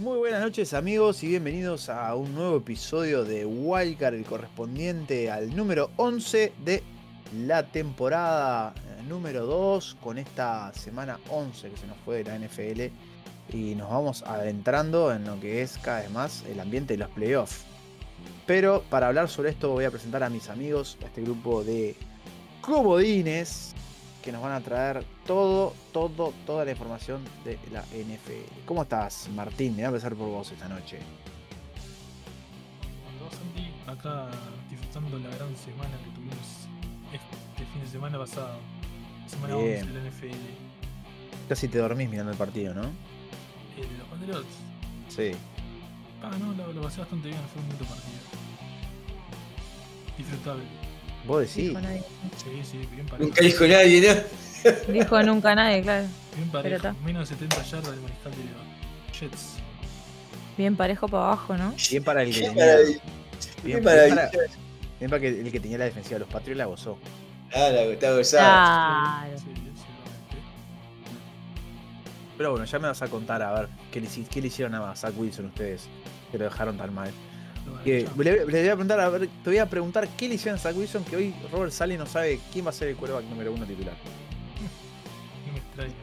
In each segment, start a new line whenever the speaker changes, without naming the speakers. Buenas noches amigos y bienvenidos a un nuevo episodio de Wildcard, el correspondiente al número 11 de la temporada eh, número 2 con esta semana 11 que se nos fue de la NFL y nos vamos adentrando en lo que es cada vez más el ambiente de los playoffs. Pero para hablar sobre esto voy a presentar a mis amigos, a este grupo de comodines que nos van a traer todo, todo, toda la información de la NFL. ¿Cómo estás, Martín? Me voy a empezar por vos esta noche.
Hola, Santi, acá disfrutando la gran semana que tuvimos este fin de semana pasado, semana
Bien.
11 de la NFL.
Casi te dormís mirando el partido, ¿no?
El de eh, los Patriots,
Sí.
ah, no, lo, lo pasé bastante bien, fue un bonito partido. Disfrutable.
Vos decís.
Dijo nadie.
Sí, sí, bien parejo.
Nunca dijo nadie, ¿no?
Dijo nunca nadie, claro.
Bien parejo.
está.
Menos de 70 yardas del mariscal de los Jets.
Bien parejo para abajo, ¿no?
Bien para el que
Qué
tenía.
maravilla.
Bien,
Qué
para, bien
maravilla.
para que el que tenía la defensiva de los Patriots la gozó.
Ah, la está gozada.
Claro.
Sí, sí, seguramente.
Pero bueno, ya me vas a contar a ver qué le, hici- qué le hicieron a Zach Wilson ustedes. Que lo dejaron tan mal.
Lo van a
Que-
echar.
le, le voy a preguntar, a ver, te voy a preguntar qué le hicieron a Zach Wilson que hoy Robert Sale no sabe quién va a ser el quarterback número uno titular.
No me extraña.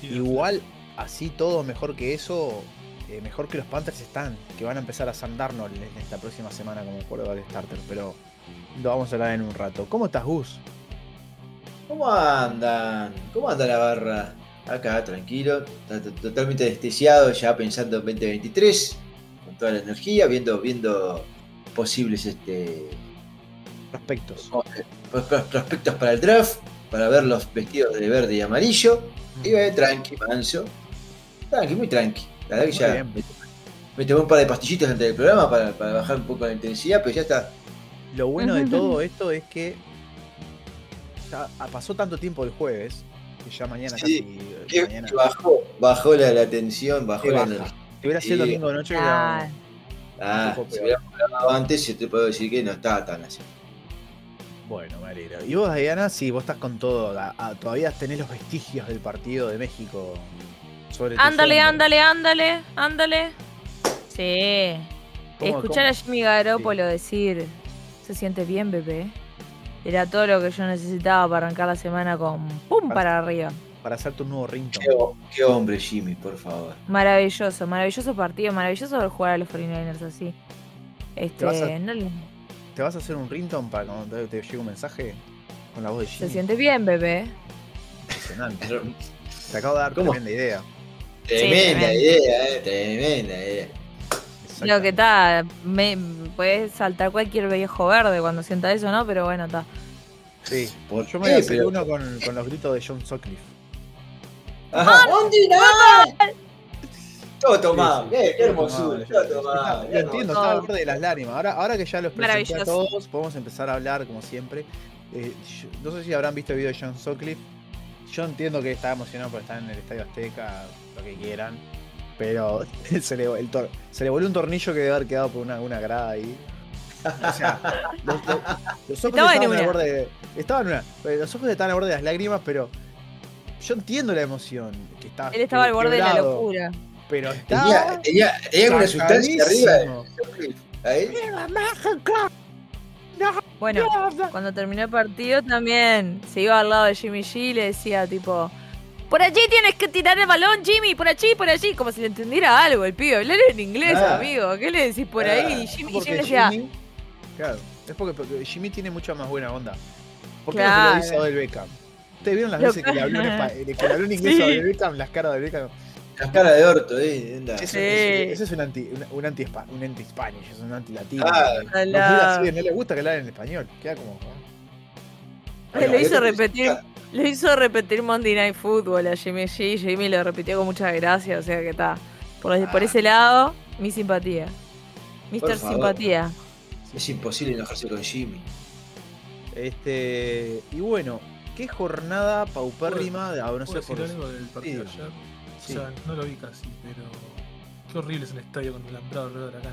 Tiene
Igual, así todo mejor que eso, eh, mejor que los Panthers están, que van a empezar a Sam Darnold en esta próxima semana como quarterback starter, pero lo vamos a hablar en un rato. ¿Cómo estás, Gus?
¿Cómo andan? ¿Cómo anda la barra? Acá, tranquilo, to- to- totalmente anestesiado, ya pensando en 2023, con toda la energía, viendo, viendo posibles este,
Prospectos.
Oh, pros- pros- prospectos para el draft, para ver los vestidos de verde y amarillo. Y eh, tranqui, manso. Tranqui, muy tranqui. La verdad que
Muy
ya
bien.
me, me tomé un par de pastillitos antes del programa para, para bajar un poco la intensidad, pero ya está.
Lo bueno de todo esto es que ya pasó tanto tiempo el jueves, que ya mañana
Sí,
casi... eh,
Que-
mañana-
que bajó, bajó la, la tensión, bajó
que
la
baja.
energía.
Si hubiera sido el
Sí.
domingo de noche,
Claro.
hubiera-
Ah,
Un poco
si
peor.
hubiéramos grabado antes, yo te puedo decir que no estaba tan así.
bueno, me alegro. Y vos, Diana, sí, vos estás con todo. la- ah, todavía tenés los vestigios del partido de México. Sobre tus
Ándale,
hombros.
ándale, ándale, ándale. Sí.
¿Cómo-
Escuchar a
cómo?
Jimmy Garoppolo decir, se siente bien, bebé. Era todo lo que yo necesitaba para arrancar la semana con pum para arriba.
Para hacer tu nuevo ringtone.
Qué, ho- qué hombre, Jimmy, por favor.
Maravilloso, maravilloso partido, maravilloso ver jugar a los 49ers así. Este,
vas a-
no le-
¿Te vas a hacer un ringtone para cuando te, te llegue un mensaje? Con la voz de Jimmy.
se siente bien, bebé.
Impresionante.
Tremenda
Te acabo de dar
¿Cómo?
tremenda idea.
tremendo.
idea, eh, tremenda idea.
Lo que está, me, puede saltar cualquier viejo verde cuando sienta eso, ¿no? Pero bueno, está.
Sí.
¿Por
Yo me voy
qué?
a hacer
Pero-
uno con, con los gritos de John Sutcliffe.
Ajá. ¿Dónde irá? Todo
Sí,
tomado,
sí.
eh, qué
No,
hermosura,
yo-
todo tomado.
Lo entiendo,
Todo.
estaba al borde de las lágrimas. Ahora, ahora que ya los presenté a
Maravilloso.
todos, podemos empezar a hablar como siempre. Eh, yo- no sé si habrán visto el video de John Sutcliffe. Yo entiendo que está emocionado por estar en el Estadio Azteca, lo que quieran. Pero se le, el tor- se le voló un tornillo que debe haber quedado por una, una grada ahí. O sea, los, los- los ojos
Estaba
estaban
en
al
una.
borde de- estaban en una. Eh, Los ojos estaban al borde de las lágrimas, pero yo entiendo la emoción que estaba.
Él estaba al borde de la
quebrado,
locura.
Pero estaba.
Tenía, tenía, tenía una sustancia arriba. eh.
sacadísimo.
Ahí.
Bueno, cuando terminó el partido también se iba al lado de Jimmy G y le decía tipo, por allí tienes que tirar el balón, Jimmy, por allí, por allí, como si le entendiera algo el pibe, hablar en inglés,
Ah.
amigo, ¿qué le decís por
Ah,
ahí? Y Jimmy, y
Porque
Jimmy decía,
Jimmy- claro, es porque, porque Jimmy tiene mucha más buena onda. ¿Por qué no se
Claro.
lo dice a Odell Beckham? Ustedes vieron las
Lo
veces que le habló en, espa- eh, que le habló en inglés a Odell Beckham, las caras de Odell Beckham.
Las caras de orto, eh. anda.
Eso,
Sí.
eso- eso es un anti, un, un anti, un anti spanish, es un anti latino.
Claro.
no, no le gusta que hablen en español, queda como.
le
Bueno,
hizo
eso-
repetir, le hizo repetir Monday Night Football a Jimmy G, Jimmy lo repitió con mucha gracia, o sea que está, por, por ese lado, mi simpatía. Mister
favor.
Simpatía.
Es imposible enojarse con Jimmy.
Este, y bueno, qué jornada paupérrima de ah, no
¿Puedo
sé por
decir algo del partido de
Sí,
ayer?
sí.
O sea, no lo vi casi, pero. Qué horrible es el estadio con el alambrado alrededor de la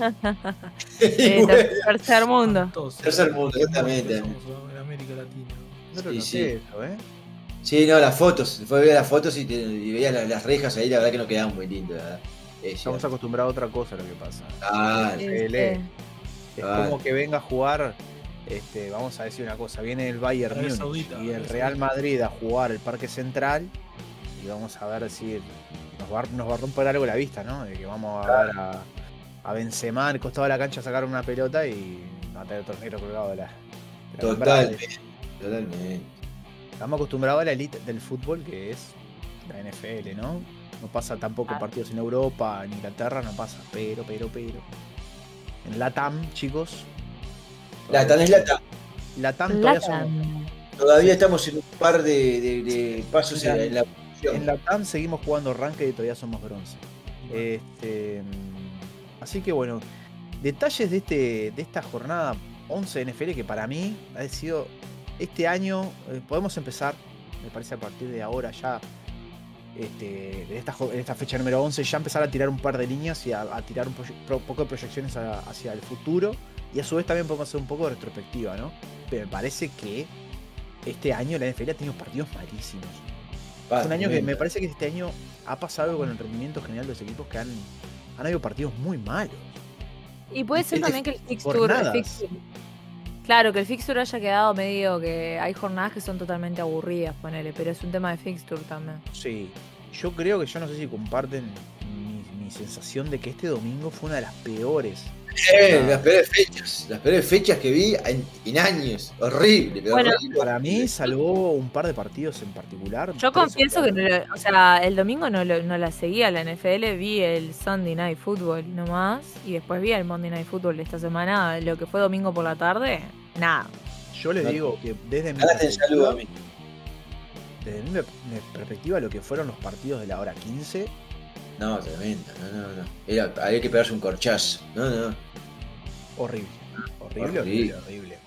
cancha.
Eh,
Y bueno,
tercer mundo.
Espantoso.
Tercer mundo, exactamente.
Somos en América Latina.
No lo
Sí,
noté
sí.
eso, ¿eh?
Sí, no, las fotos. Fue a ver las fotos y, te- y veía las, las rejas ahí, la verdad que no quedaban muy lindas. la verdad. Es
Estamos
cierto.
acostumbrados a otra cosa lo que pasa.
Ah,
Sí.
Este,
Pelé. Es
Ah.
como que venga a jugar, este, vamos a decir una cosa, viene el Bayern
Arabia
Múnich
Saudita,
y el
Arabia
Real
Saudita.
Madrid a jugar el Parque Central y vamos a ver si nos va, nos va a romper algo la vista, ¿no? De que vamos a ver a, a Benzema al costado de la cancha a sacar una pelota y va a tener otro negro colgado de la... de la alambrada.
totalmente. Totalmente.
Estamos acostumbrados a la elite del fútbol que es la NFL, ¿no? No pasa tampoco en
Ah.
partidos en Europa, en Inglaterra, no pasa. Pero, pero, pero. En Latam, chicos.
Latan es Latan.
Latam todavía somos-
Zlatan.
Todavía estamos en un par de, de- de pasos en la, en la evolución.
en Latam seguimos jugando ranked y todavía somos bronce. Este, mm, así que bueno, detalles de, este, de esta jornada 11 de NFL que para mí ha sido este año, eh, podemos empezar, me parece a partir de ahora ya, este, de esta, jo- en esta fecha número 11, ya empezar a tirar un par de líneas y a, a tirar un proye- pro- poco de proyecciones a- hacia el futuro. Y a su vez también podemos hacer un poco de retrospectiva, ¿no? Pero me parece que este año la NFL ha tenido partidos malísimos.
Pa,
Es un año que me
tremendo.
parece que este año ha pasado con el rendimiento general de los equipos que han, han habido partidos muy malos.
Y puede ser
Este,
también que el fixture, el
jornadas.
fixture- Claro, que el fixture haya quedado medio que hay jornadas que son totalmente aburridas, ponele, pero es un tema de fixture también.
Sí. Yo creo que yo no sé si comparten mi, mi sensación de que este domingo fue una de las peores.
Eh, las peores fechas. Las peores fechas que vi en, en años. Horrible. pero
Bueno.
horrible.
Para mí salvó un par de partidos en particular.
Yo
Tres o
confieso que,
cuatro.
no, lo- o sea, el domingo no, lo- no la seguía la NFL, vi el Sunday Night Football nomás, y después vi el Monday Night Football de esta semana, lo que fue domingo por la tarde, nada.
Yo les
No.
digo que desde mi,
Cagaste en salud
perspectiva,
a mí.
desde mi, mi perspectiva, lo que fueron los partidos de la hora 15,
No, tremendo. No, no, no. Era, había que pegarse un corchazo. No, no.
horrible. Horrible,
Horrible.
horrible, horrible.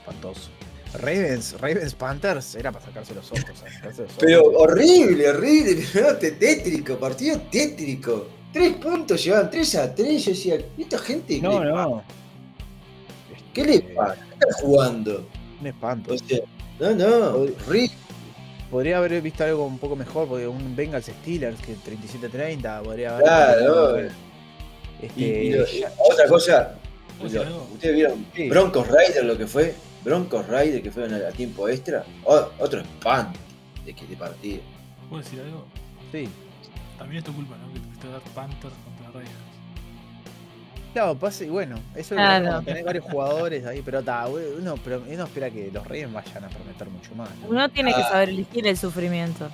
Espantoso. Ravens, Ravens Panthers era para sacarse los ojos. para sacarse los ojos.
Pero horrible, horrible. Pero te- tétrico. Partido tétrico. Tres puntos llevaban 3 a 3. Yo decía, ¿esta gente
No,
qué,
no.
qué le
Este,
pasa? ¿Qué están jugando?
Un espanto.
O sea, no, no.
Hoy-
Horrible.
Podría haber visto algo un poco mejor, porque un Bengals Steelers que 37-30 podría haber.
Claro.
Este,
Y, y lo- y
ya-
otra cosa,
¿Puedo
lo-
decir algo?
ustedes vieron
Sí.
Broncos Rider lo que fue, Broncos Rider que fueron a, a tiempo extra, O- otro espanto de, que- de partido.
¿Puedo decir algo?
sí.
También es tu culpa, ¿no? Que tuviste a dar Panthers contra Ravens.
Claro, pasa y bueno, eso es
Claro.
bueno, tener varios jugadores ahí, pero ta, uno, pero uno espera que los Ravens vayan a prometer mucho más. ¿no?
Uno tiene que
Ah.
saber elegir el sufrimiento.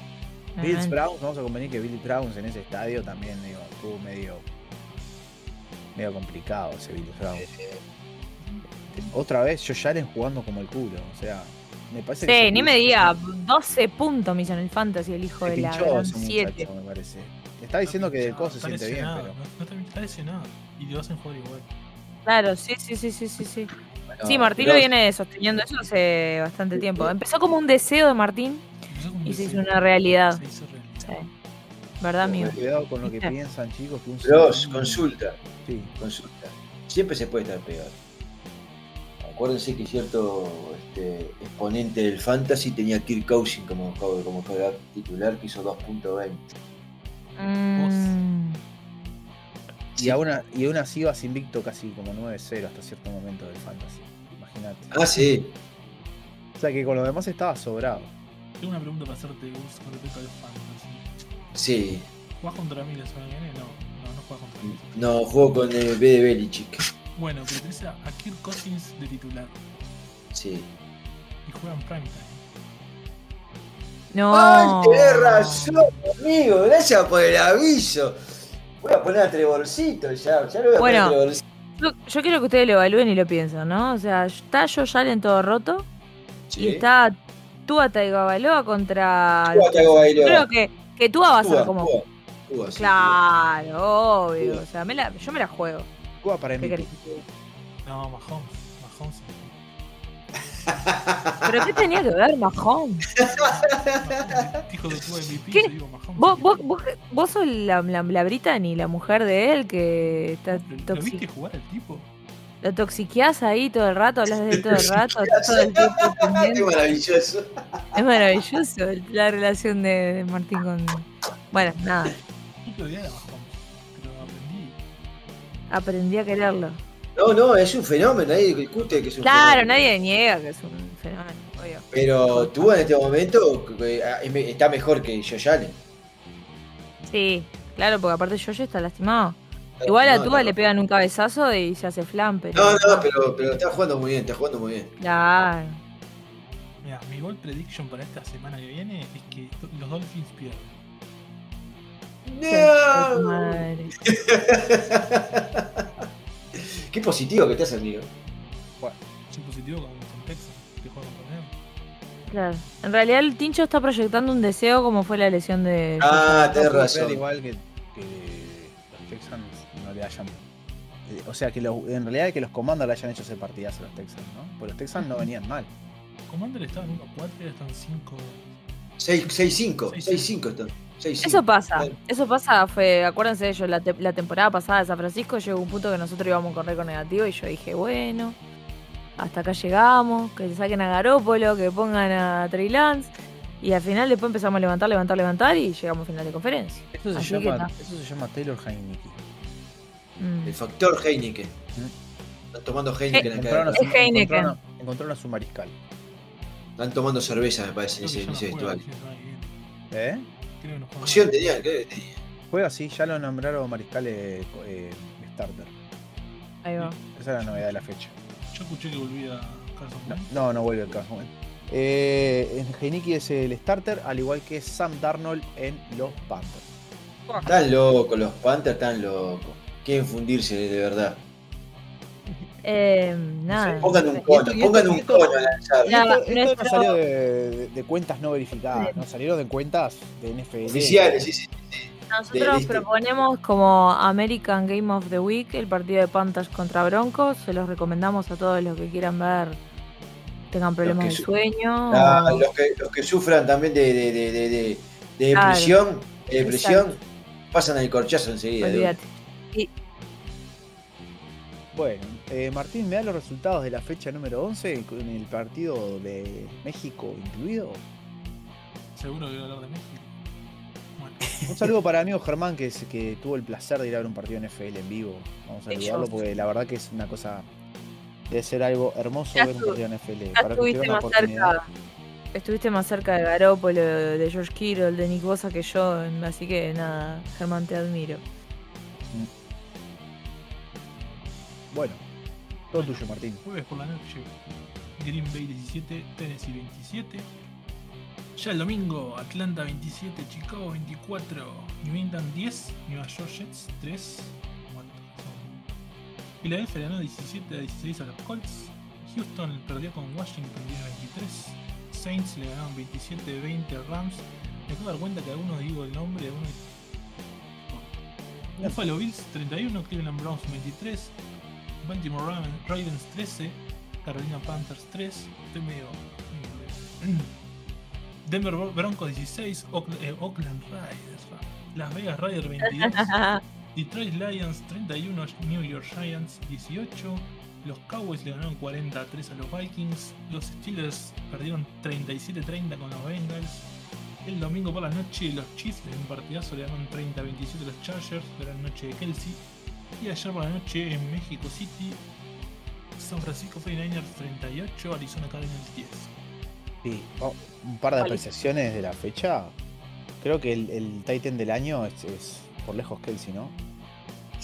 Bills
realmente.
Browns, vamos a convenir que Bills Browns en ese estadio también digo, estuvo medio medio complicado ese Bills Browns. Este, Otra vez, yo Allen jugando como el culo, o sea, me parece que
Sí,
se
ni
pinchó-
me diga, 12 puntos me hizo en el Fantasy el hijo
se
de la
pinchó
gran
ese muchacho,
7.
me parece. Está diciendo que del coso se siente bien,
lesionado,
pero
No, no está, está lesionado. Y lo hacen jugar igual.
Claro, sí, sí, sí, sí, sí. sí.
Bueno,
Sí, Martín lo
pero-
viene sosteniendo eso hace bastante tiempo. Empezó como un deseo de Martín
Empezó como
y se hizo
deseo,
una realidad.
Se hizo realidad.
Sí. ¿Verdad, amigo?
cuidado con lo que
Viste.
piensan, chicos, que un
Dross,
segundo-
consulta,
Sí.
consulta. Siempre se puede estar peor. Acuérdense que cierto este, exponente del fantasy tenía a Kirk Cousins como, como, como jugador titular que hizo 2.20.
Mm,
Y aún, a- y aún así vas invicto casi como 9-0 hasta cierto momento del fantasy. Imagínate.
Ah, sí.
O sea que con los demás estaba sobrado.
Tengo una pregunta para hacerte, Gus, con respecto a los Panthers.
Sí.
¿Jugás contra mí la semana que viene? No, no, no jugás contra mí.
No, juego con el B de Belichick.
Bueno, pero tenés a a Kirk Cousins de titular
Sí.
y juegan primetime.
no.
¡Ay, tenés razón, amigo! Gracias por el aviso. Voy a poner a Trevorcito ya. Ya lo voy
Bueno.
a poner a Trevorcito.
Yo, yo quiero que ustedes lo evalúen y lo piensen, ¿no? O sea, está yo Allen todo roto y
Sí.
está Tua Tagovailoa contra...
Tua Tagovailoa.
Creo que, que Tua va a ser
Cuba,
como...
Cuba, Cuba, sí,
Claro, obvio.
Tua.
O sea, me la- yo me la juego.
Cuba para
¿Qué
MVP.
querés que te diga?
No, Mahomes. Mahomes.
¿Pero qué tenía que ver Mahomes?
Mahomes, Hijo de tu MVP,
¿Qué?
yo digo Mahomes.
¿Vos, vos, vos, vos sos la, la, la Brittany, la mujer de él, que está
¿Lo- ¿Lo
toxi-
viste jugar al tipo?
Lo toxiqueás ahí todo el rato, hablas de él todo el rato, estás todo el tiempo
Ah, qué
pendiente.
maravilloso.
Es maravilloso el- la relación de, de Martín con. Bueno, nada.
Yo te odiaba a Mahomes. Te
Aprendí a quererlo.
No, no, es un fenómeno, nadie discute que es un
Claro,
fenómeno.
nadie niega que es un fenómeno, obvio.
Pero tú en este momento eh, está mejor que Yoyane.
Sí, claro, porque aparte Yoyo está lastimado. Igual a
No,
Tuba
no.
le pegan un cabezazo y se hace flan, pero.
No, no, pero, pero está jugando muy bien, está jugando muy bien.
Claro.
Mira, mi gol prediction para esta semana que viene es que to- los Dolphins pierden.
Concha de tu
¡No!
madre.
Qué positivo que te has amigo.
Es un positivo con, con Texas, que juega contra Miami.
Claro. En realidad el Tincho está proyectando un deseo como fue la lesión de.
Ah,
No
tenés
puedo creer
razón.
igual que, que los Texans no le hayan. eh, O sea, que los- en realidad que los comandos le hayan hecho ese partidazo a los Texans, ¿no? Porque los Texans no venían mal.
Commander estaba en 1-4 y ahora están 5.
6-5,
Seis,
6-5 está. 6-5.
Eso pasa, eso pasa, fue, acuérdense de ello, la, te- la temporada pasada de San Francisco llegó un punto que nosotros íbamos con récord negativo y yo dije, bueno, hasta acá llegamos, que le saquen a Garópolo, que pongan a Trey Lance, y al final después empezamos a levantar, levantar, levantar y llegamos a final de conferencia.
Eso se,
Así
llama,
que
eso se llama Taylor Heineke.
Mm.
El factor Heineken. Están
Eh,
tomando Heineken acá.
Encontraron a,
Es
su,
Heineken.
encontraron a- encontraron a su mariscal.
Están tomando cerveza, me parece, en ese, en ese
juega la
vestuario.
semana que viene.
¿Eh?
Creo que no juega.
Opción tenía, creo que tenía.
Juega así, ya lo nombraron mariscal eh, co- eh, starter.
Ahí va.
Esa es la novedad de la fecha.
Yo escuché que volvía Carson
No,
Wentz.
no, no vuelve el caso. bueno. Eh, Heineke es el starter, al igual que Sam Darnold en los Panthers.
Están locos, los Panthers están locos. Quieren fundirse de verdad.
Eh, nada.
Pongan un cono,
esto-
pongan un
esto-
cono a lanzar.
Ya,
esto, esto
nuestro-
no salió de, de- de cuentas no verificadas, ¿no? Salieron de cuentas de NFL.
Oficiales, sí, sí.
Nosotros
listo.
proponemos como American Game of the Week el partido de Panthers contra Broncos. Se los recomendamos a todos los que quieran ver, tengan problemas
que
de
su-
sueño.
Ah, los, que, los que sufran también de, de, de, de, de- de
Claro.
depresión, de depresión pasan al corchazo enseguida. de una.
Olvídate.
Bueno, eh, Martín, ¿me da los resultados de la fecha número 11 con el partido de México incluido?
Seguro que va a hablar de México. Bueno,
Un saludo para amigo Germán, que, es- que tuvo el placer de ir a ver un partido en NFL en vivo. Vamos a
Ellos.
saludarlo porque la verdad que es una cosa. Debe ser algo hermoso
Ya
ver un
estu-
partido en NFL.
Ya
Para que
estuviste
tuvieran la
más
oportunidad.
cerca. Estuviste más cerca de Garópolo, de George Kittle, de Nick Bosa que yo, así que nada, Germán, te admiro.
Bueno, todo tuyo, Martín.
jueves por la noche, Green Bay 17, Tennessee 27. Ya el domingo, Atlanta 27, Chicago 24, New England 10, Nueva York Jets 3. ¿Cuántos son? Filadelfia ganó 17 a 16 a los Colts. Houston perdió con Washington 10 a 23. Saints le ganaron 27 a 20 a Rams. Me acabo de dar cuenta que algunos digo el nombre, algunos. Bueno. Buffalo Bills 31, Cleveland Browns 23, Baltimore Raven- Ravens 13, Carolina Panthers 3, estoy medio. medio lejos. Denver Bro- Broncos 16, Oakl- eh, Oakland Raiders, Las Vegas Raiders 22, Detroit Lions 31, New York Giants 18, los Cowboys le ganaron 43 a los Vikings, los Steelers perdieron 37-30 con los Bengals, el domingo por la noche los Chiefs en un partidazo le ganaron 30-27 a los Chargers, gran noche de Kelsey, y ayer por la noche en México City, San Francisco 49ers 38, Arizona Cardinals 10.
Sí, vamos, Oh, un par de
Vale.
apreciaciones de la fecha. Creo que el, el Titan del año es, es por lejos Kelsey, ¿no?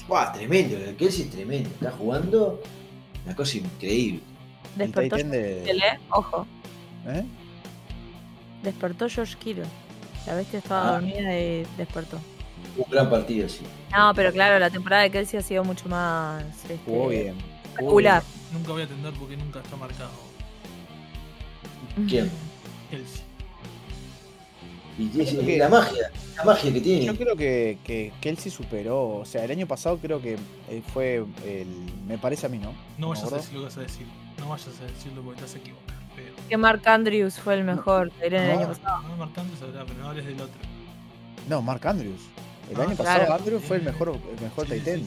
Buah, tremendo, el Kelsey es tremendo. Está jugando una cosa increíble.
El
Despertó
Titan
George
de.
Kittle, ¿eh? Ojo,
¿eh?
despertó George Kittle. La bestia estaba
Ah.
dormida y despertó.
Un gran partido, sí.
No, pero claro, la temporada de Kelsey ha sido mucho más este,
Jugó bien. jugó bien.
espectacular.
Nunca voy a atender porque nunca está marcado
¿Quién?
Kelsey.
Y es-
Creo
es
que-
la magia, la magia que tiene.
Yo creo que, que Kelsey superó. O sea, el año pasado creo que eh, fue el. Me parece a mí, ¿no? ¿Me
No vayas a
acuerdo?
decir lo que vas a decir. No vayas a decirlo porque te vas a equivocar. Pero.
Que Mark Andrews fue el mejor en el
No.
Ah,
año pasado.
No, marcando esa verdad, pero no hables del otro.
No, Mark Andrews. El
Ah,
año
claro.
pasado Andrews fue el mejor, el mejor
Sí, sí,
Titan.
sí.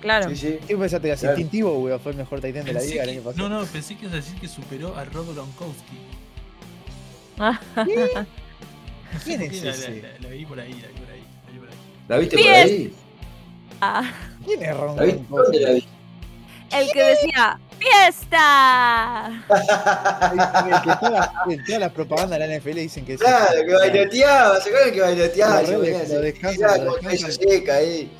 Claro.
Sí, sí.
¿Qué pensaste que era
Claro.
instintivo, weón? Fue el mejor Titan de la
Pensé
liga el
que-
año pasado.
no, no, pensé que ibas a decir que superó a Rob Gronkowski.
¿Qué?
No sé
¿Quién
por qué
es
la,
ese?
la- la- la vi por ahí, la vi por ahí, la vi por ahí.
¿La viste
Bien.
por ahí?
Ah,
¿Quién es Ron
¿La viste?
Ron?
¿Dónde la viste?
El que decía, ¡fiesta!
Ah,
El que estaba- en todas las propagandas de la NFL dicen que es
Claro, que bailoteaba, ¿se acuerdan que bailoteaba?
Lo
Se ponía
re- lo
así,
descansan,
mirá,
lo
como cabeza
descansan.
seca ahí.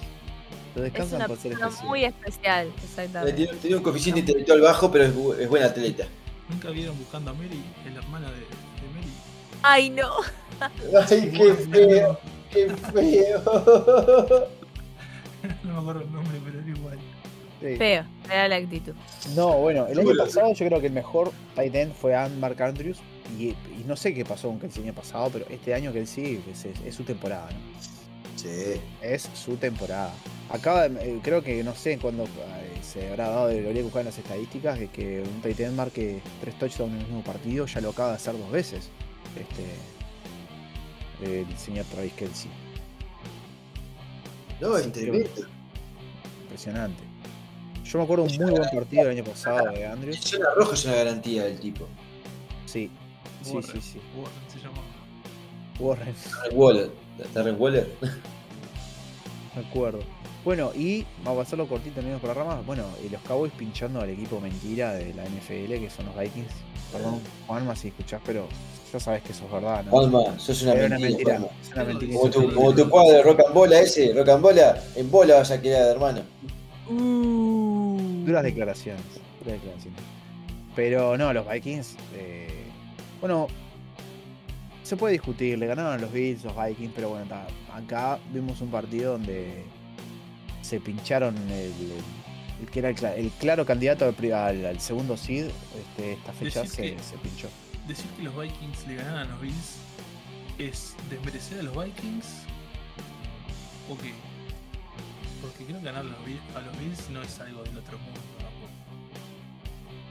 lo
Es
descansan
una
por ser
persona
especial.
muy especial, exactamente.
Tenía, tenía un coeficiente intelectual bajo, pero es, bu- es buen atleta.
Nunca vieron buscando a Mary, la hermana de, de Mary.
Ay, no.
Ay, qué feo, qué feo.
No me acuerdo el nombre, pero era igual.
Sí.
Feo, era la actitud.
No, bueno, el año
Bueno.
pasado yo creo que el mejor tight end fue Ann Mark Andrews. Y, y no sé qué pasó con Kelsey el año pasado, pero este año Kelsey es, es, es su temporada, ¿no?
Sí.
Es su temporada. Acaba, de- eh, creo que no sé cuándo eh, se habrá dado, lo habría que buscar en las estadísticas, de que un tight end marque tres touchdowns en el mismo partido, ya lo acaba de hacer dos veces. Este, el señor Travis Kelsey.
No,
Sí,
es tremendo.
Impresionante. Yo me acuerdo un muy buen partido el año pasado de Andrews.
Zona roja es una garantía del tipo.
Sí, sí, sí, sí.
Warren se llamaba.
Warren.
Darren Waller. Darren Waller.
De acuerdo. Bueno, y vamos a hacerlo cortito en por las ramas. Bueno, eh, los Cowboys pinchando al equipo mentira de la NFL, que son los Vikings. Perdón, Juanma, si escuchás, pero ya sabes que eso es verdad, ¿no?
Juanma, sos una
Era
mentira, Juanma.
Es una mentira.
Como tu, como tu cuadro de rock and bola ese, rock and bola, en bola vas a quedar, hermano.
Uh.
Duras declaraciones. duras declaraciones. Pero no, los Vikings. eh, bueno, se puede discutir. Le ganaron a los Bills, los Vikings, pero bueno, ta, acá vimos un partido donde se pincharon el, el- el que era el, cla- el claro candidato al, pri- al- al segundo seed. este, esta fecha
Decir
se,
que-
se pinchó.
Decir que los Vikings le ganan a los Bills es desmerecer a los Vikings. ¿O qué? Porque creo que ganar a los Bills, a los Bills no es algo del otro mundo tampoco.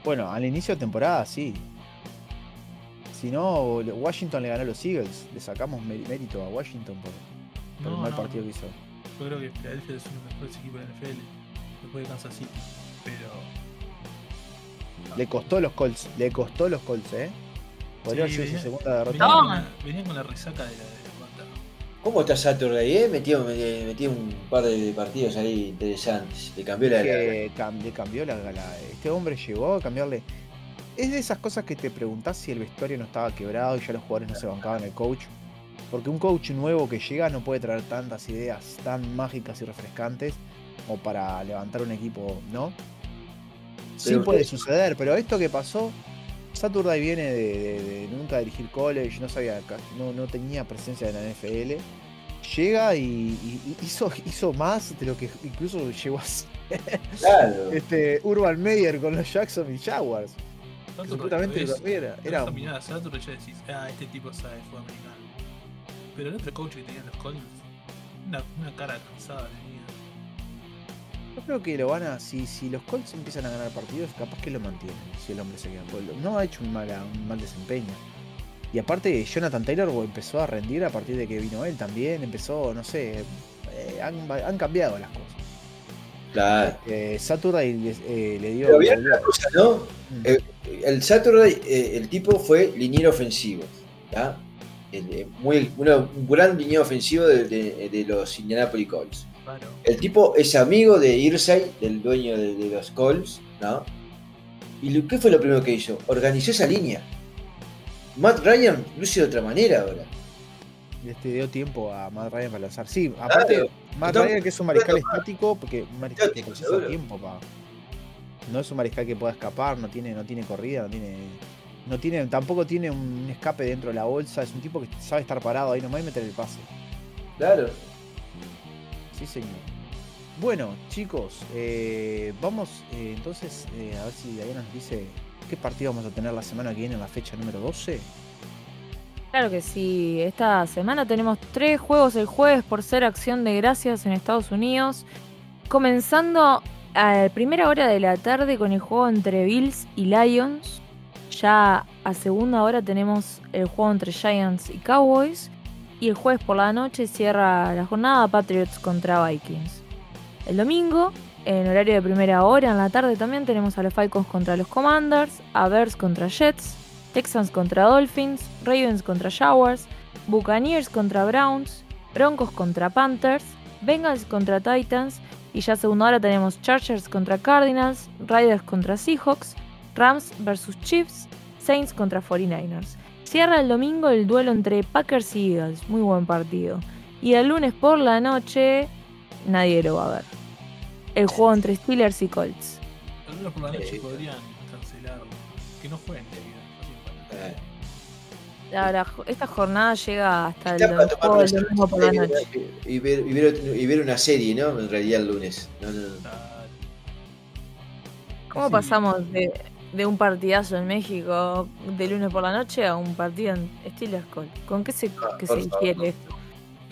Bueno, al inicio de temporada sí. Si no, Washington le ganó a los Eagles. Le sacamos mé- mérito a Washington por, por el
No,
mal
no,
partido que hizo.
Yo creo que Philadelphia es uno de los mejores equipos de la NFL. Después de Kansas City. Pero.
Le costó los Colts, le costó los Colts, ¿eh? Podría haber
Sí,
sido
venía-
su segunda derrota.
Venían,
No.
con la, venían con la resaca de la derrota.
¿Cómo está Saturday, eh? Metió, metió- metió un par de partidos ahí interesantes. Le cambió la.
Que cam- le cambió la, la- Este hombre llegó a cambiarle. Es de esas cosas que te preguntás si el vestuario no estaba quebrado y ya los jugadores no se bancaban el coach. Porque un coach nuevo que llega no puede traer tantas ideas tan mágicas y refrescantes como para levantar un equipo, ¿no? Sí
Pero-
puede suceder, pero esto que pasó, Saturday viene de, de- de nunca dirigir college, no sabía, ca- no, no tenía presencia en la NFL. Llega y, y- y hizo, hizo más de lo que incluso llegó a ser
Claro.
este, Urban Meyer con los Jackson y Jaguars. que
Tanto
Supuestamente
lo ves,
Urban Meyer era,
era
era
esa
un-
mirada Saturday ya decís, ah, este tipo sabe fue americano. Pero el otro coach que tenían los Colts, una, una cara cansada tenía.
Yo creo que lo van a. Si, si los Colts empiezan a ganar partidos, capaz que lo mantienen. Si el hombre se queda en pueblo. No ha hecho un mal, un mal desempeño. Y aparte, Jonathan Taylor empezó a rendir a partir de que vino él también. Empezó, no sé. eh, han, han cambiado las cosas.
Claro.
Eh, Saturday les- eh, le dio.
Pero vieron
volvió-
una cosa, ¿no?
Mm.
eh, El Saturday, eh, el tipo fue liniero ofensivo. ¿tá? El- eh, muy, uno- un gran liniero ofensivo de, de- de los Indianapolis Colts.
Claro.
El tipo es amigo de Irsay, del dueño de, de los Colts, ¿no? ¿Y lo- qué fue lo primero que hizo? Organizó esa línea. Matt Ryan luce de otra manera ahora.
Este dio tiempo a Matt Ryan para lanzar. Sí, aparte,
Claro.
Matt
Entonces,
Ryan que es un mariscal
claro,
estático, porque un mariscal que
Estático,
precisa
seguro.
tiempo para. No es un mariscal que pueda escapar, no tiene, no tiene corrida, no tiene. No tiene, tampoco tiene un escape dentro de la bolsa, es un tipo que sabe estar parado ahí nomás y meter el pase.
Claro.
Sí, señor. Bueno, chicos, eh, vamos eh, entonces eh, a ver si Diana nos dice qué partido vamos a tener la semana que viene en la fecha número 12.
Claro que sí, esta semana tenemos tres juegos el jueves por ser acción de gracias en Estados Unidos. Comenzando a primera hora de la tarde con el juego entre Bills y Lions. Ya a segunda hora tenemos el juego entre Giants y Cowboys. Y el jueves por la noche cierra la jornada Patriots contra Vikings. El domingo, en horario de primera hora, en la tarde también tenemos a los Falcons contra los Commanders, a Bears contra Jets, Texans contra Dolphins, Ravens contra Jaguars, Buccaneers contra Browns, Broncos contra Panthers, Bengals contra Titans Y ya segunda hora tenemos Chargers contra Cardinals, Raiders contra Seahawks, Rams versus Chiefs, Saints contra 49ers. Cierra el domingo el duelo entre Packers y Eagles, muy buen partido. Y el lunes por la noche nadie lo va a ver. El juego entre Steelers y Colts.
Al menos por la noche
Sí.
podrían cancelarlo. Que no jueguen de vida. así para-
Eh,
Ahora, jo- esta jornada llega hasta el,
está para tomar
juego del
recetas
domingo por la noche.
y, ver, y, ver, y ver una serie, ¿no? En realidad el lunes. No, no, no.
para-
¿Cómo
Sí.
pasamos de, de un partidazo en México de lunes por la noche a un partido en Steelers Colts? ¿Con qué se,
Ah,
qué
por
se
favor,
digiere
no.
esto?
Es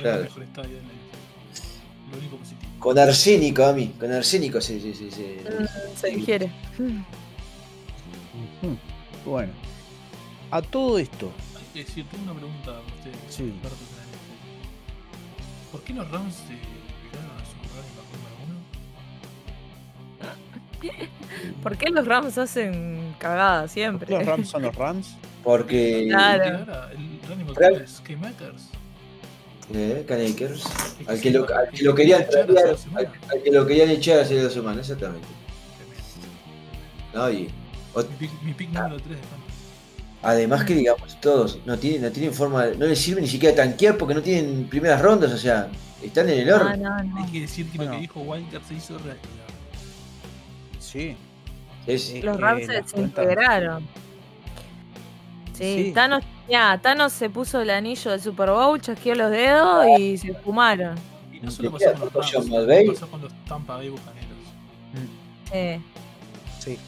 Claro.
el mejor estadio de la historia. Lo único positivo.
Con arsénico, a mí. Con arsénico, sí, sí, sí. sí.
Ah. Se digiere.
Ujú. Bueno, a todo esto,
Hay que decir, Eh, tengo una pregunta para ustedes,
Sí.
expertos en la NFL. ¿Por qué los Rams se violaron a su rival en la Fórmula 1?
¿Por qué los Rams hacen cagadas siempre?
los Rams son los Rams.
Porque.
Claro.
Y ahora el running back
Real.
es K-Makers.
Eh, Can Akers.
Es
Al
sí,
que lo,
porque
al que lo querían
echar
traer,
hace
al,
dos semanas.
al que lo querían echar hace dos semanas, exactamente. No, y
Mi pick, mi pick número
Ah.
3 de fantasy.
además que digamos, todos no tienen, no tienen forma, no les sirve ni siquiera tanquear porque no tienen primeras rondas, o sea, están en el
Ah, No,
horno.
no, no.
Hay que decir que lo
Bueno.
que dijo Wildcard se hizo realidad.
Sí.
Es-
eh,
Los Rams
eh,
se
las cuentas-
desintegraron. Sí,
Sí.
Thanos, mirá, Thanos se puso el anillo del Super Bowl, chasqueó los dedos y se fumaron.
Y no solo
¿Te
pasó
queda
con los
Photoshop
Rams,
Malvey?
también pasó con los Tampa Bay Bucaneros.
Sí.
Sí.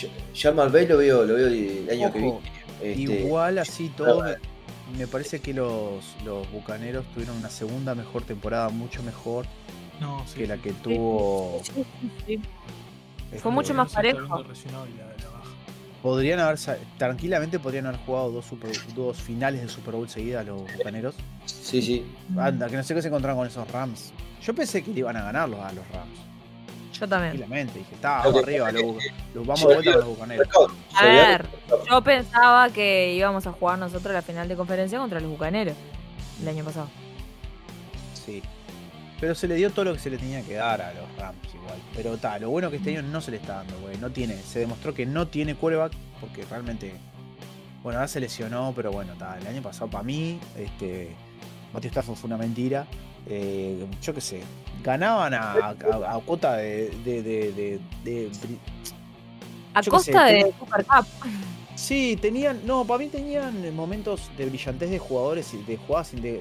yo- yo a Malvey lo veo, lo veo el año que
Ojo,
viene. Este,
Igual así todo, me, me parece que los, los Bucaneros tuvieron una segunda mejor temporada, mucho mejor
No, sí.
que la
sí.
que tuvo...
Fue mucho
este,
más
Se está
parejo.
viendo lesionado y la, la baja.
Podrían haber, sa- tranquilamente podrían haber jugado dos, Super- dos finales de Super Bowl seguidas los Bucaneros.
sí, sí.
Anda, que no sé qué se encontraron con esos Rams. Yo pensé que le iban a ganar los, a los Rams.
Yo también.
Tranquilamente, dije, está,
Lo
vamos
que
arriba,
pasa
los,
es
Buc- los vamos
yo
de vuelta
digo-
con los Bucaneros.
A
Sobre-
ver, yo pensaba que íbamos a jugar nosotros la final de conferencia contra los Bucaneros el año pasado.
Sí. Pero se le dio todo lo que se le tenía que dar a los Rams igual. Pero está, lo bueno que este año no se le está dando, güey. No tiene, se demostró que no tiene quarterback porque realmente. Bueno, ahora se lesionó, pero bueno, está. El año pasado para mí, este. Matthew Stafford fue una mentira. Eh, yo qué sé. Ganaban a, a- a cuota de. de, de, de- de- de-
A
Yo qué sé,
costa de
tengo-
Super Cup.
Sí, tenían. No, para mí tenían momentos de brillantez de jugadores y de jugadas. inde-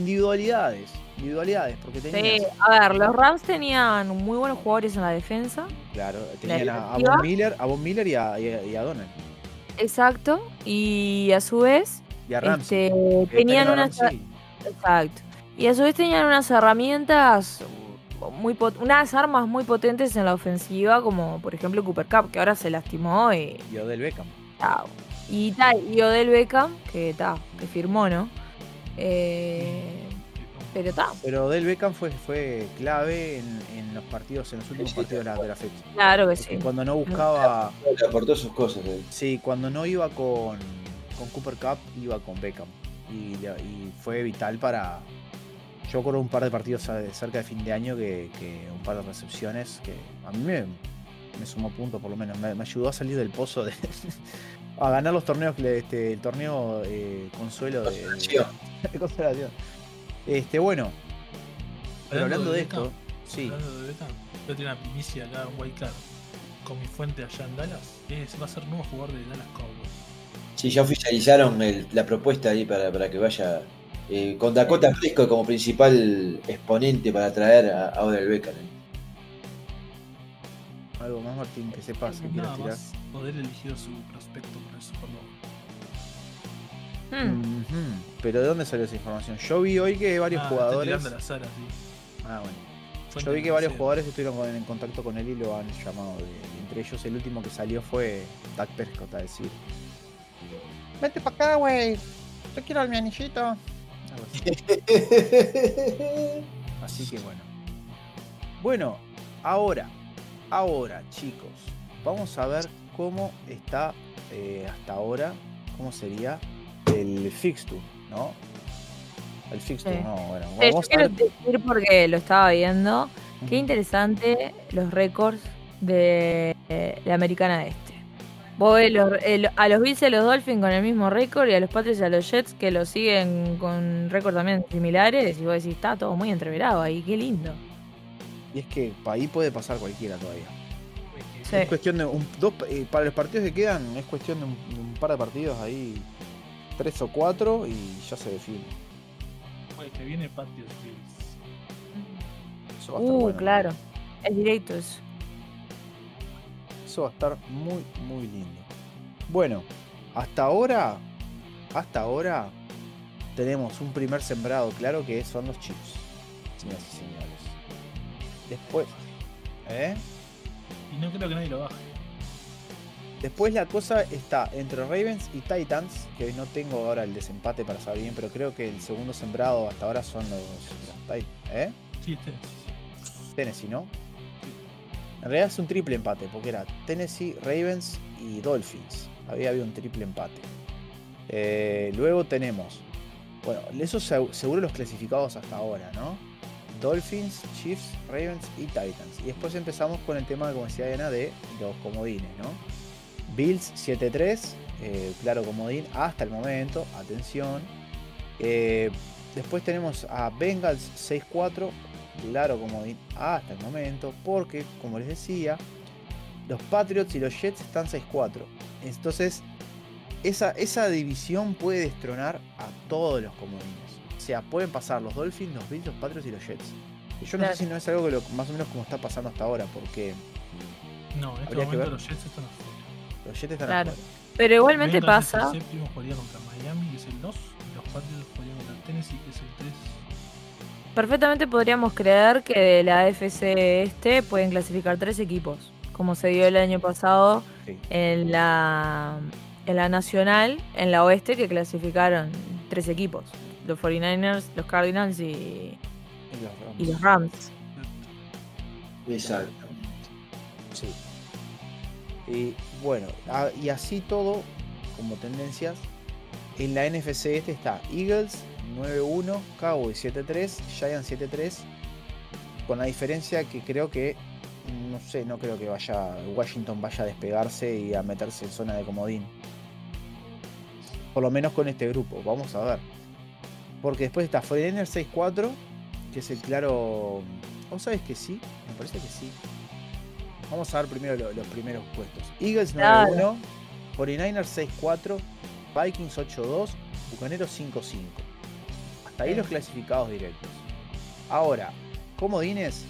individualidades. Individualidades, porque tenían.
Sí, a ver, los Rams tenían muy buenos jugadores en la defensa.
Claro, tenían a, a
directiva.
Von Miller, a Von Miller y a, y a- y a Donald.
Exacto. Y a su vez,
Y a Ramsey.
este,
Que
tenían
tengan a
unas
Ramsey.
Exacto. Y a su vez tenían unas herramientas muy pot- unas armas muy potentes en la ofensiva, como por ejemplo Cooper Cup, que ahora se lastimó y
Y Odell Beckham.
chao. Y, ta- y Odell Beckham, que ta, que firmó, ¿no? Eh, pero ta,
Pero Odell Beckham fue, fue clave en, en los partidos, en los últimos partidos de la, de la fecha.
claro que
Porque
sí.
Cuando no buscaba.
le aportó sus cosas. eh.
Sí, cuando no iba con, con Cooper Cup, iba con Beckham. Y, la- y fue vital para. Yo recuerdo un par de partidos a- cerca de fin de año que, que un par de recepciones que a mí me, me sumó puntos por lo menos. Me, me ayudó a salir del pozo de. a ganar los torneos, que le- este, el torneo eh, consuelo de,
Consolación.
de consolación. Este, bueno. Pero hablando de esto.
Beckham,
Sí.
Hablando de Beckham, yo tengo una primicia acá en Wildcard con mi fuente allá en Dallas. Es, va a ser nuevo jugador de Dallas Cowboys.
Sí, ya oficializaron el- la propuesta ahí para, para que vaya eh, con Dakota Prescott como principal exponente para traer a, a Odell Beckham. eh.
Algo más, Martín, que sepas que quieras
Nada
tirar.
más poder elegir su prospecto por eso. Por lo...
Mm.
Ujú. Pero ¿de dónde salió esa información? Yo vi hoy que varios
Ah,
jugadores.
Está tirando la sala, sí.
Ah, bueno.
Fuente
Yo vi que
de
varios
Dallas.
jugadores estuvieron con- en contacto con él y lo han llamado. de- entre ellos, el último que salió fue Dak Prescott a decir: Vete para acá, güey. Yo quiero mi anillito. Algo así. Así que bueno. Bueno, ahora, ahora chicos, vamos a ver cómo está eh, hasta ahora, cómo sería el fixture, ¿no? El fixture,
Sí.
no, bueno.
Sí, yo
vamos a
quiero
ver-
decir porque lo estaba viendo.
Ujú.
Qué interesante los récords de eh, la americana este. Vos ves los- el- a los Bills y a los Dolphins con el mismo récord y a los Patriots y a los Jets que lo siguen con récords también similares y vos decís, está todo muy entreverado ahí, qué lindo.
Y es que pa- ahí puede pasar cualquiera todavía.
Sí.
Es cuestión de un- dos, eh, para los partidos que quedan, es cuestión de un, de un par de partidos ahí, tres o cuatro, y ya se define.
Güey, que viene Patriots Bills.
Eso va a estar
Uh,
bueno.
claro. Es directo eso.
Eso va a estar muy, muy lindo. Bueno, hasta ahora, hasta ahora, tenemos un primer sembrado claro que son los chips, señoras y señores. Después, ¿eh?
Y no creo que nadie lo baje.
Después la cosa está entre Ravens y Titans, que no tengo ahora el desempate para saber bien, pero creo que el segundo sembrado hasta ahora son los, los Titans, ¿eh?
Sí, este-
Tennessee, ¿no? En realidad es un triple empate, porque era Tennessee, Ravens y Dolphins. Había habido un triple empate. Eh, luego tenemos, bueno, esos se- seguro los clasificados hasta ahora, ¿no? Dolphins, Chiefs, Ravens y Titans. Y después empezamos con el tema, como decía Diana, de los comodines, ¿no? Bills 7-3, eh, claro comodín hasta el momento, atención. Eh, después tenemos a Bengals 6-4, claro comodín hasta el momento, porque, como les decía, los Patriots y los Jets están 6-4. Entonces, esa, esa división puede destronar a todos los comodines. O sea, pueden pasar los Dolphins, los Bills, los Patriots y los Jets. Y yo no
Claro.
sé si no es algo que lo- más o menos como está pasando hasta ahora, porque
No, en este
Habría que
momento
ver.
los Jets están afuera.
los Jets están
Claro.
afuera.
Pero igualmente
Bengals es
pasa.
El séptimo jugaría contra Miami, que es el 2. Y los Patriots jugarían contra Tennessee, que es el 3.
Perfectamente podríamos creer que de la AFC este pueden clasificar tres equipos, como se dio el año pasado
Sí.
en la, en la Nacional, en la Oeste, que clasificaron tres equipos, los 49ers, los Cardinals y,
Y los Rams.
y los Rams.
Exacto.
Sí. Y bueno, a- y así todo, como tendencias, en la NFC este está Eagles 9-1, Cowboys 7-3, Giants 7-3, con la diferencia que creo que, no sé, no creo que vaya Washington vaya a despegarse y a meterse en zona de comodín. Por lo menos con este grupo, vamos a ver. Porque después está Foreigner 6-4, que es el claro... ¿Vos sabés que sí? Me parece que sí. Vamos a ver primero lo- los primeros puestos. Eagles 9-1,
Claro.
49ers 6-4, Vikings 8-2, Bucaneros 5-5. Hasta ahí
Sí.
los clasificados directos. Ahora, comodines.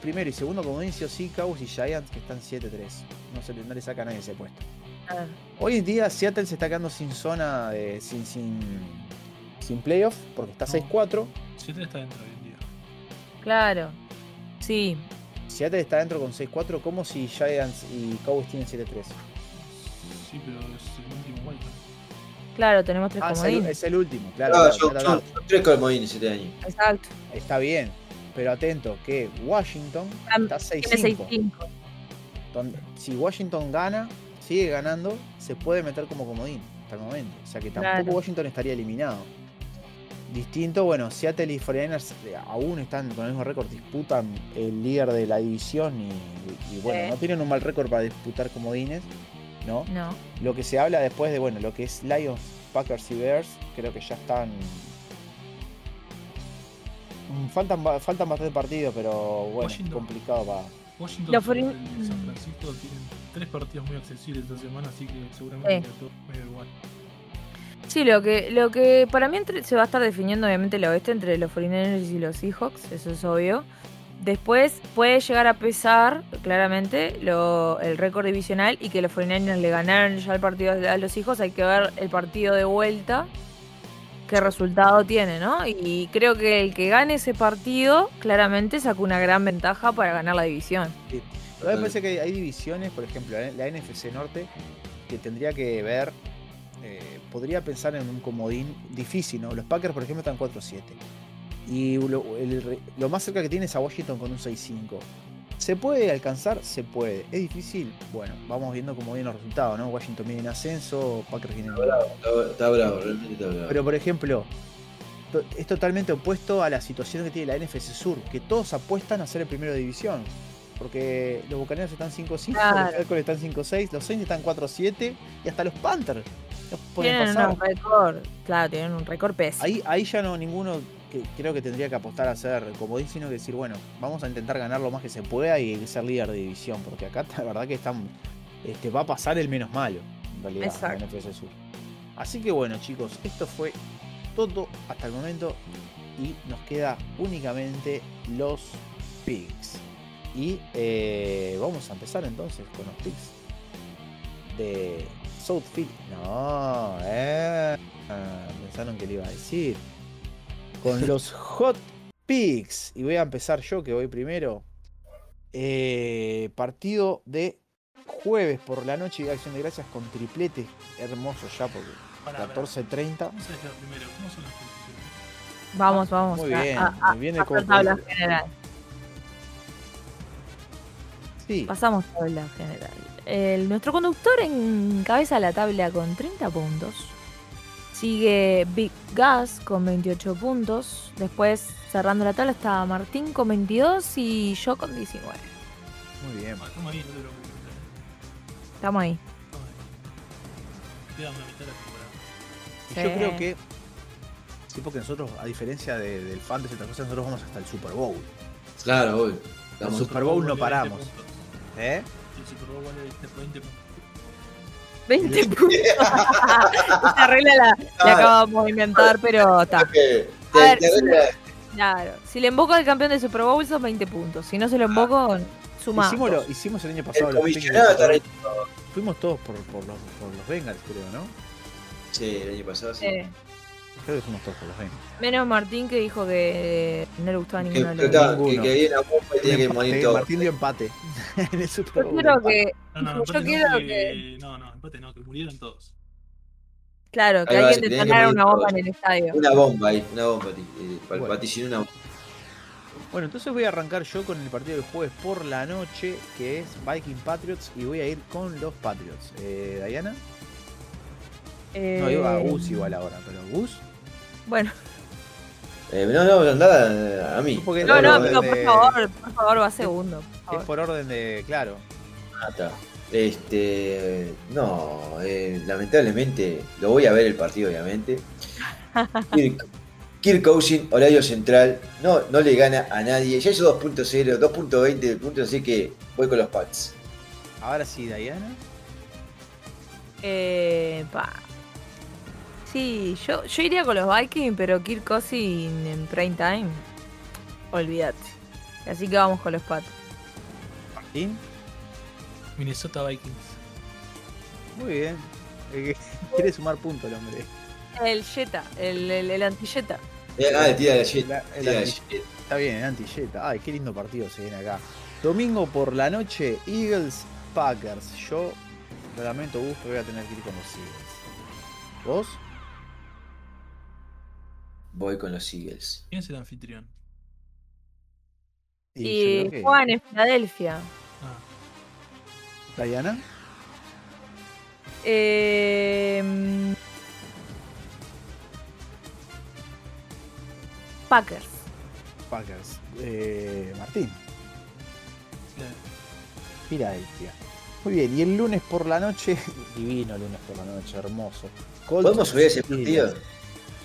Primero y segundo comodín sí o sí, Cowboys y Giants que están 7-3. No, se le- no le saca a nadie ese puesto.
Ah,
Hoy en día Seattle se está quedando sin zona, de- sin, sin, sin playoff, porque está
No.
6-4.
7 está dentro hoy en día.
Claro, sí,
Seattle está dentro con 6-4, como si Giants y Cowboys tienen 7-3.
Sí, pero es el último vuelta.
claro, tenemos tres
Ah, es el,
comodines.
es el último, claro.
No,
claro,
son,
claro,
son- son tres comodines este año.
Exacto,
claro. Está bien, pero atento que Washington
Am-
está
tiene
6-5.
6-5.
Don- si Washington gana, sigue ganando, se puede meter como comodín hasta el momento. O sea que tampoco
Claro.
Washington estaría eliminado. Distinto, bueno, Seattle y 49ers eh, aún están con el mismo récord, disputan el líder de la división y, y bueno,
Sí.
no tienen un mal récord para disputar comodines, ¿no?
No,
Lo que se habla después de, bueno, lo que es Lions, Packers y Bears, creo que ya están... Mm, Faltan, ba- faltan bastantes partidos, pero bueno, es
Washington.
complicado para...
Washington
Los
Seattle
Forin- Mm.
y San Francisco tienen tres partidos muy accesibles esta semana, así que seguramente a todos medio igual.
Sí, lo que, lo que para mí entre- se va a estar definiendo obviamente el oeste entre los 49ers y los Seahawks, eso es obvio. Después puede llegar a pesar claramente lo- el récord divisional y que los 49ers le ganaron ya el partido a los Seahawks, hay que ver el partido de vuelta, qué resultado tiene, ¿no? Y creo que el que gane ese partido claramente saca una gran ventaja para ganar la división.
A mí me
Totalmente.
parece que hay divisiones, por ejemplo, la la NFC Norte, que tendría que ver, eh, podría pensar en un comodín difícil, ¿no? Los Packers, por ejemplo, están 4-7. Y lo, el re- lo más cerca que tiene es a Washington con un 6-5. ¿Se puede alcanzar? Se puede. ¿Es difícil? Bueno, vamos viendo cómo vienen los resultados, ¿no? Washington viene en ascenso, Packers viene en...
Está, está bravo, realmente está bravo.
Pero por ejemplo, to- es totalmente opuesto a la situación que tiene la NFC Sur, que todos apuestan a ser el primero de división. Porque los Bucaneros están 5-5, los
Claro.
Falcons están 5-6, los Saints están 4-7 y hasta los Panthers los pueden
Tienen
pasar.
un récord. Claro, tienen un récord pésimo.
Ahí, ahí ya no ninguno que, creo que tendría que apostar a ser comodín, sino que decir, bueno, vamos a intentar ganar lo más que se pueda y ser líder de división, porque acá la verdad que están, este, va a pasar el menos malo, en realidad,
Exacto.
en NFC Sur. Así que bueno, chicos, esto fue todo hasta el momento y nos queda únicamente los picks. Y eh, vamos a empezar entonces con los picks de South Philly. No, eh. Ah, pensaron que le iba a decir. Con los Hot Picks. Y voy a empezar yo, que voy primero. Eh, partido de jueves por la noche de Acción de Gracias con triplete. Hermoso ya, porque
Pará,
14.30.
pará. Vamos a decir primero, ¿cómo son las posiciones?
Vamos, vamos.
Muy
a-
bien.
a- a-
viene
a hacer
como.
tabla general.
Sí,
Pasamos tabla general. El- nuestro conductor encabeza la tabla con 30 puntos. Sigue Big Gas con 28 puntos. Después, cerrando la tabla, está Martín con 22 y yo con 19.
muy bien.
Ah, Estamos ahí, no te preocupes.
Estamos ahí.
Estamos ahí. Quedamos la mitad de la temporada.
Y
Sí.
Yo creo que. Sí, porque nosotros, a diferencia de- del fan de otras cosas, nosotros vamos hasta el Super Bowl.
Claro, obvio.
El
Estamos-
Super Bowl no
vale
paramos.
20 puntos.
¿Eh?
El Super Bowl vale 20 puntos.
20 puntos. Esa regla la, la acabamos de inventar, pero está.
Te- te
Ah. A ver,
arregla-
Claro. Si le invoco al campeón del Super Bowl, son 20 puntos. Si no
Ah.
se lo invoco, suma.
Hicimos, lo- hicimos el año pasado.
el
los picks del
comisionado
Super Bowl.
está
Fuimos todos por, por los, por los Bengals, creo, ¿no?
Sí, el año pasado sí.
Eh,
Creo que fuimos todos por los Bengals.
menos Martín que dijo que no le gustaba
Que,
ninguno Eh, de los
pero
dos.
está, que,
ninguno.
que viene la bomba y tiene que
Empate,
morir todo.
Eh, Martín dio empate. en el Super
Yo
Bowl.
quiero que.
No, no,
Yo
no, empate
quiero
no, que... no, no, empate no, que murieron todos.
Claro, que
Ahí va,
alguien
se tenía que
detonara
morir
una bomba
todos.
en el estadio.
Una bomba ahí, una bomba. eh, para el
Bueno.
vaticinio, una bomba.
Bueno, entonces voy a arrancar yo con el partido del jueves por la noche, que es Viking Patriots, y voy a ir con los Patriots. Eh, ¿Diana? No, iba a
Eh,
Gus igual ahora, pero Gus.
Bueno,
Eh, no, no, andá a mí.
Porque-
no,
Por
no,
orden
pero por
de-
favor, por favor, va segundo. por
Es
favor.
por orden de. Claro.
Nata. Este, no, eh, lamentablemente lo voy a ver el partido, obviamente. Kirk, Kirk Cousins, horario central, no, no le gana a nadie. Ya hizo 2.0, 2.20 de puntos, así que voy con los Pats.
Ahora sí, Diana.
Eh, pa. Sí, yo, yo iría con los Vikings, pero Kirk Cousins en prime time, olvídate. Así que vamos con los Pats.
Martín.
Minnesota Vikings.
Muy bien. Eh, Quiere sumar puntos el hombre.
El Jetta, el, el, el anti-Jetta.
Eh, ah, tira la shit.
La- el
tira la
anti-
shit.
Está bien, el anti-Jetta. Ay, qué lindo partido se viene acá. Domingo por la noche, Eagles Packers. Yo lo lamento gusto, voy a tener que ir con los Eagles. ¿Vos?
Voy con los Eagles.
¿Quién es el anfitrión?
yo
Y
creo que-
Juan en Filadelfia.
Ah,
¿Diana?
Eh, mm, Packers.
Packers. Eh, Martín,
claro.
Filadelfia. Muy bien, y el lunes por la noche, divino el lunes por la noche, hermoso. Colts-
¿Podemos subir ese partido?
Steelers.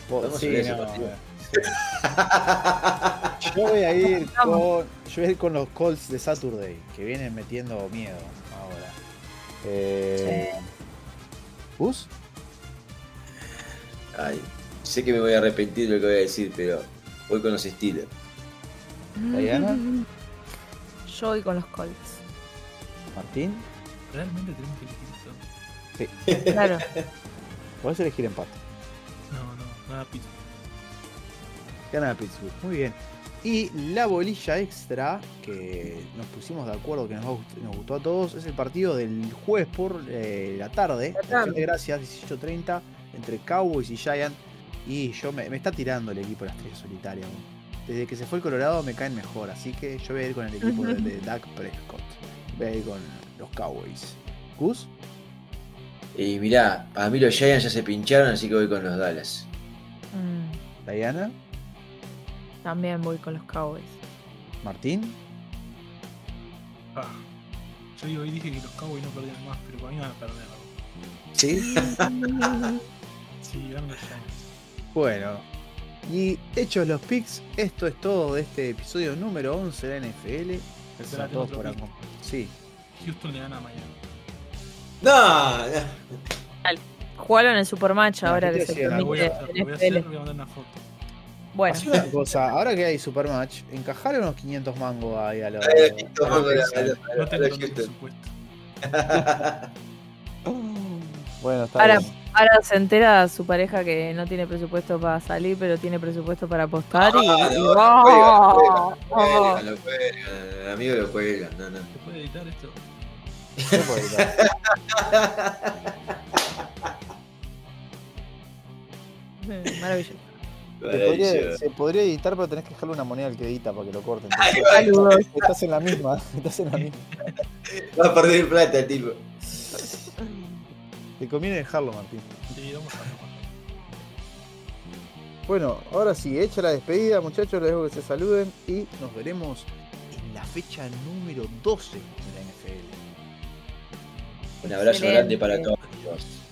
¿Podemos
Sí,
subir ese
no,
partido?
Yo voy a ir con.
Vamos.
Yo voy a ir con los Colts de Saturday, que vienen metiendo miedo ahora. Eh, ¿Bus?
Ay, sé que me voy a arrepentir de lo que voy a decir, pero voy con los Steelers.
Diana.
Yo voy con los Colts.
Martín,
¿Realmente tenemos que elegir esto?
Claro.
podés elegir empate.
No, no, nada pito.
Gana Pittsburgh, muy bien. Y la bolilla extra, que nos pusimos de acuerdo, que nos, gust- nos gustó a todos, es el partido del jueves por eh, la tarde.
La
Acción
tarde.
de gracias, 18.30, entre Cowboys y Giant. Y yo me, me está tirando el equipo de las tres solitarias. Desde que se fue el Colorado me caen mejor, así que yo voy a ir con el equipo de, de Dak Prescott. Voy a ir con los Cowboys. Gus,
Y mirá, para mí los Giants ya se pincharon, así que voy con los Dallas.
Mm.
Diana,
También voy con los Cowboys.
Martín.
Ah, yo digo, hoy dije que los Cowboys no perdían más, pero para mí van a perder.
Sí.
Sí, ganan los Giants.
Bueno, y hechos los picks, esto es todo de este episodio número 11 de la NFL. Gracias a
Esperate
todos
otro
por
pick.
acompañarnos. Sí,
Houston le gana a Miami.
No, no.
Jugalo en el Supermatch
No,
ahora
¿qué
que
te
se
decía?
Lo voy
permite
a hacer, lo voy a hacer,
NFL.
le voy a mandar una foto.
Bueno,
Hacé una cosa, ahora que hay Supermatch, encajar unos 500 mangos ahí a los.
Ahí lo quito,
a
vamos
los
a la-
Texans.
a la- a la-
No
a
tengo
la
tanto
Houston.
presupuesto.
Bueno, está
Ahora-
bien.
ahora se entera su pareja que no tiene presupuesto para salir, pero tiene presupuesto para apostar y.
Ah,
y-
no,
¡Oh! ¡Oh!
Cuelgan, lo cuelgan, amigo lo cuelgan, no, no.
¿Se puede editar esto?
¿Qué puedo gritar?
Maravilloso.
Se podría,
Maravilloso.
se podría editar, pero tenés que dejarle una moneda al que edita para que lo corten.
Saludos.
Estás en la misma, estás en la misma.
Va a perder plata el tipo.
Te conviene dejarlo, Martín.
Sí, vamos a ver.
Bueno, ahora sí, hecha la despedida, muchachos, les dejo que se saluden y nos veremos en la fecha número 12 de la NFL.
Un abrazo
Excelente.
grande para todos.